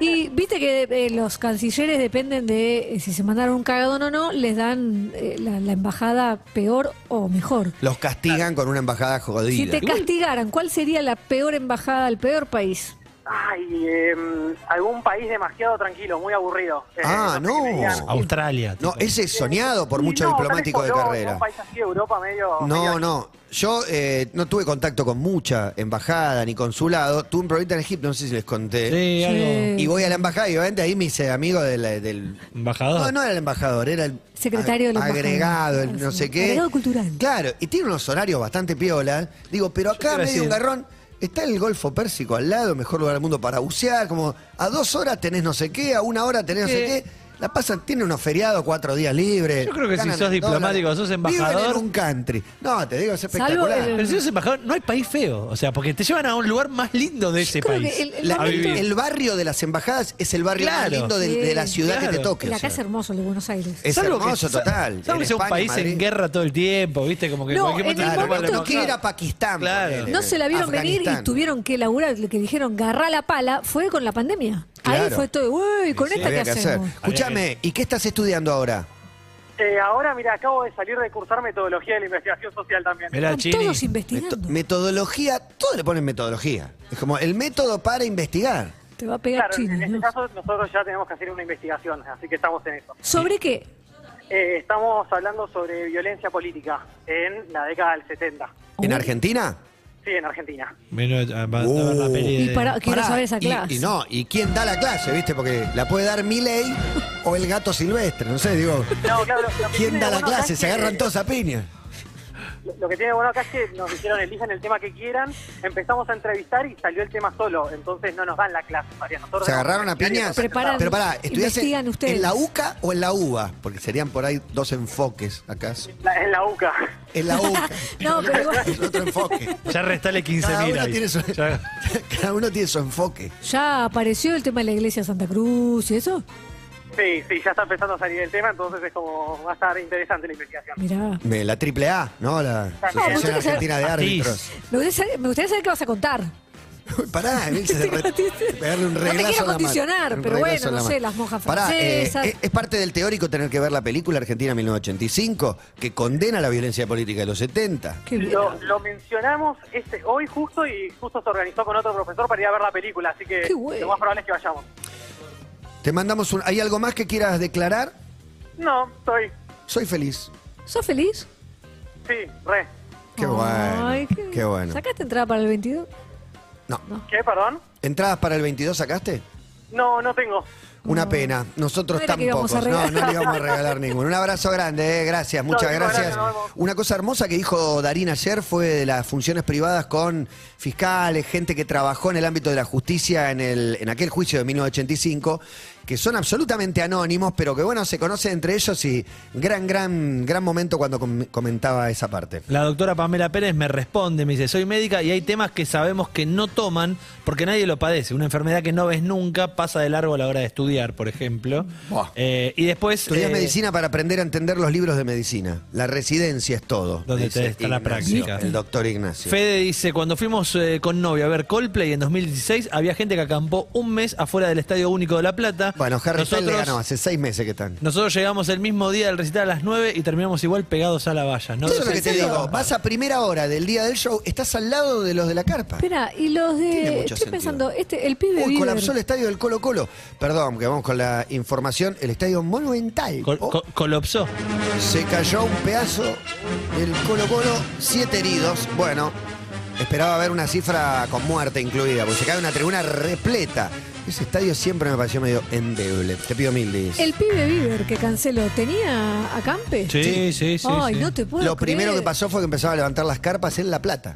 C: Y viste que eh, los cancilleres dependen de eh, si se mandaron un cagadón o no, les dan eh, la, la embajada peor o mejor.
B: Los castigan con una embajada
C: Si
B: jodida.
C: te castigaran, ¿cuál sería la peor embajada, el peor país?
M: Ay, em, algún país demasiado tranquilo, muy aburrido. Eh,
B: Ah,
M: sé qué
B: no.
M: me digan.
D: Australia.
B: No, ese es soñado por muchos
M: No,
B: diplomáticos de
M: no,
B: carrera.
M: Un país así, Europa medio.
B: No,
M: medio-
B: no. Yo eh, no tuve contacto con mucha embajada ni consulado. Tuve un problemita en Egipto, no sé si les conté.
D: Sí, algo.
B: Y
C: Em.
B: voy a la embajada y obviamente ahí me hice amigo de la- del...
D: Embajador.
B: No, no era el embajador, era el...
C: Secretario de la embajada. Ah,
B: Agregado, el no sé qué.
C: Agregado cultural.
B: Claro, y tiene unos horarios bastante piola. Digo, pero
D: te iba
B: acá
D: a
B: medio un
D: decir.
B: garrón. Está el Golfo Pérsico al lado, mejor lugar del mundo para bucear. Como a dos horas tenés no sé qué, a una hora tenés no sé
D: Sí.
B: qué. La pasan, tiene unos feriados, cuatro días libres.
D: Yo creo que si
B: ganan
D: sos
B: en
D: diplomático,
B: dólares.
D: sos
B: Viven en
D: embajador.
B: un country. No, te digo, es
C: Salvo
B: espectacular.
C: el-
D: Pero si sos embajador, no hay país feo. O sea, porque te llevan a un lugar más lindo de ese
C: creo
D: país.
C: que el- el
D: a
B: La- el,
D: vivir.
B: el barrio de las embajadas es el barrio más
D: Claro.
B: lindo de, de la
C: Sí.
B: ciudad que te
D: Claro.
B: toque.
C: La
B: o sea.
C: casa hermosa, el de Buenos Aires.
B: Es
D: Salvo que-
B: hermoso,
D: sa-
B: total.
D: Salvo que
B: En
D: sea un
B: España,
D: país en
B: Madrid.
D: guerra todo el tiempo, ¿viste? Como que
C: No,
D: cualquier
C: en el
D: momento te
B: Claro,
D: mandan
B: no
D: a
B: que ir a
D: trabajar.
B: Pakistán.
D: Claro.
B: ponele.
C: No se la vieron venir y
B: Afganistán.
C: tuvieron que elaborar, lo que dijeron, garra la pala, fue con la pandemia. Ahí
B: Claro.
C: fue todo, uy, con
B: Sí,
C: esta que
B: había que hacer.
C: hacemos.
B: Escúchame, ¿y qué estás estudiando ahora?
M: Eh, ahora, mira, acabo de salir de cursar metodología de la investigación social también.
D: Mirá,
C: Están
D: Chini.
C: todos investigando.
B: Meto- metodología, todo le ponen metodología. Es como el método para investigar.
C: Te va a pegar
M: Claro,
C: Chini,
M: en este
C: ¿no?
M: caso nosotros ya tenemos que hacer una investigación, así que estamos en eso.
C: ¿Sobre qué?
M: Eh, estamos hablando sobre violencia política en la década del 70.
B: ¿En Argentina?
M: Sí, en Argentina.
D: Menos- ah, va-
B: Uh.
D: va a ver la peli de-
C: Y para- Quiero
B: Pará,
C: saber esa
B: y-
C: clase.
B: Y, no, ¿y quién da la clase, viste? Porque la puede dar Miley o el gato silvestre, no sé, digo.
M: No, claro, lo que
B: ¿Quién
M: tiene
B: da la
M: bueno acá
B: clase?
M: es
B: Se
M: que-
B: agarran todos a piña.
M: Lo- Lo que tiene bueno acá es que nos dijeron elijan el tema que quieran, empezamos a entrevistar y salió el tema solo, entonces no nos dan la clase, María. Nosotros
B: ¿Se agarraron a piñas?
C: Preparan,
B: Pero pará, ¿estudiás
C: investigan
B: en,
C: ustedes.
B: en la UCA o en la UBA? Porque serían por ahí dos enfoques acá.
M: La- en la UCA.
B: En la UCA.
C: No, pero igual-
B: Es otro enfoque.
D: Ya restale 15
B: Cada
D: mil.
B: uno, tiene su, cada uno tiene su enfoque.
C: ¿Ya apareció el tema de la iglesia de Santa Cruz y eso?
M: Sí, sí, ya está empezando a salir el tema, entonces es como va a estar interesante la investigación.
C: Mirá.
B: De la AAA, ¿no? La Asociación
C: No,
B: Argentina de
D: Matiz.
B: Árbitros.
C: Me gustaría saber, me gustaría saber qué vas a contar.
B: Uy, Pará, Emil, se re- pegarle un
C: No te
B: reglazo
C: quiero
B: a la mano.
C: condicionar,
B: Un
C: pero
B: reglazo
C: bueno,
B: a la
C: no sé,
B: mano.
C: las monjas
B: Pará, eh,
C: francesas.
B: es, es parte del teórico tener que ver la película Argentina 1985, que condena la violencia política de los 70.
C: Qué bien.
M: Lo, lo mencionamos este, hoy justo y justo se organizó con otro profesor para ir a ver la película, así que
C: Qué bueno.
M: lo más probable es que vayamos.
B: Te mandamos un... ¿Hay algo más que quieras declarar?
M: No, estoy,
B: Soy feliz.
C: ¿Sos feliz?
M: sí, re.
B: Qué
C: Ay,
B: bueno. Qué, bueno. Ah.
C: ¿Sacaste entrada para el 22?
B: No.
M: ¿Qué, perdón?
B: ¿Entradas para el 22 sacaste?
M: No, no tengo.
B: Una pena. Nosotros
C: No era que
B: tampoco.
C: íbamos a
B: No, no
C: regalar.
B: le íbamos a regalar ninguno. Un abrazo grande, eh, gracias, muchas
M: chicos,
B: gracias.
M: gracias, nos vemos.
B: Una cosa hermosa que dijo Darín ayer fue de las funciones privadas con fiscales, gente que trabajó en el ámbito de la justicia en, el, en aquel juicio de 1985, que son absolutamente anónimos, pero que bueno, se conocen entre ellos y gran, gran, gran momento cuando com- comentaba esa parte.
D: La doctora Pamela Pérez me responde, me dice, soy médica y hay temas que sabemos que no toman porque nadie lo padece. Una enfermedad que no ves nunca pasa de largo a la hora de estudiar, por ejemplo.
B: Buah.
D: Eh, y después...
B: Estudiás
D: eh,
B: medicina para aprender a entender los libros de medicina. La residencia es todo.
D: Donde
B: dice
D: te- está la
B: Ignacio,
D: práctica.
B: El doctor Ignacio.
D: Fede dice, cuando fuimos eh, con novio a ver Coldplay en 2016, había gente que acampó un mes afuera del Estadio Único de La Plata.
B: Bueno, Harry Styles le
D: Nosotros-
B: ganó, hace seis meses que están.
D: Nosotros llegamos el mismo día del recital a las 9 y terminamos igual pegados a la valla. ¿no?
B: Eso es lo que te
D: Entonces,
B: digo. Vas a primera hora del día del show, estás al lado de los de la carpa.
C: Espera, y los
B: Tiene
C: de. Estoy
B: mucho sentido.
C: pensando, este, el pibe.
B: Uy,
C: Bieber.
B: colapsó el estadio del Colo Colo. Perdón, que vamos con la información. El estadio monumental.
D: col-
B: Oh,
D: col- colapsó.
B: se cayó un pedazo del Colo Colo, siete heridos. Bueno, esperaba ver una cifra con muerte incluida, porque se cae una tribuna repleta. Ese estadio siempre me pareció medio endeble. Te pido mil dis.
C: El pibe Bieber que canceló, ¿tenía acampe?
D: Sí, sí, sí.
C: Ay,
D: sí.
C: no te puedo
B: Lo primero
C: creer.
B: que pasó fue que empezaba a levantar las carpas en La Plata.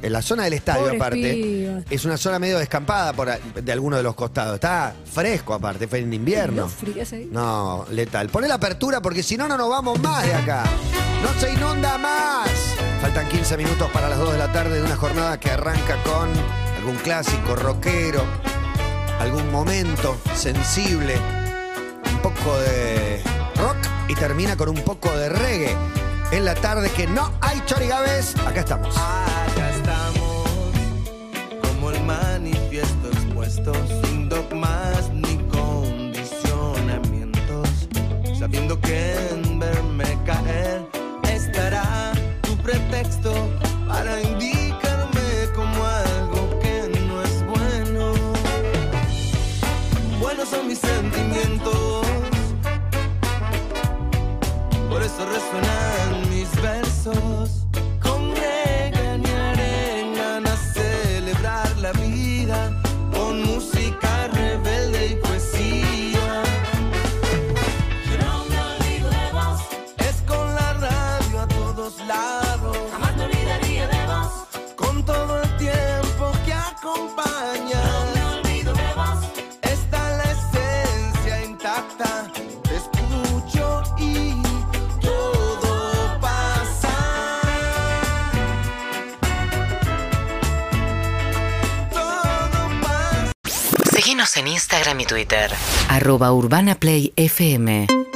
B: En la zona del estadio,
C: Pobres
B: aparte.
C: pibas.
B: Es una zona medio descampada por, a- de alguno de los costados. Está fresco, aparte. Fue en invierno.
C: Los frías ahí.
B: No, letal. Poné la apertura porque si no, no nos vamos más de acá. No se inunda más. Faltan 15 minutos para las 2 de la tarde de una jornada que arranca con algún clásico rockero, algún momento sensible, un poco de rock y termina con un poco de reggae. En la tarde que no hay chorigaves, acá estamos.
N: Acá estamos, como el manifiesto expuesto, sin dogmas ni condicionamientos, sabiendo que en verme caer estará tu pretexto para indicarme como algo que no es bueno.
O: Seguimos en Instagram y Twitter.
E: Arroba Urbana Play FM.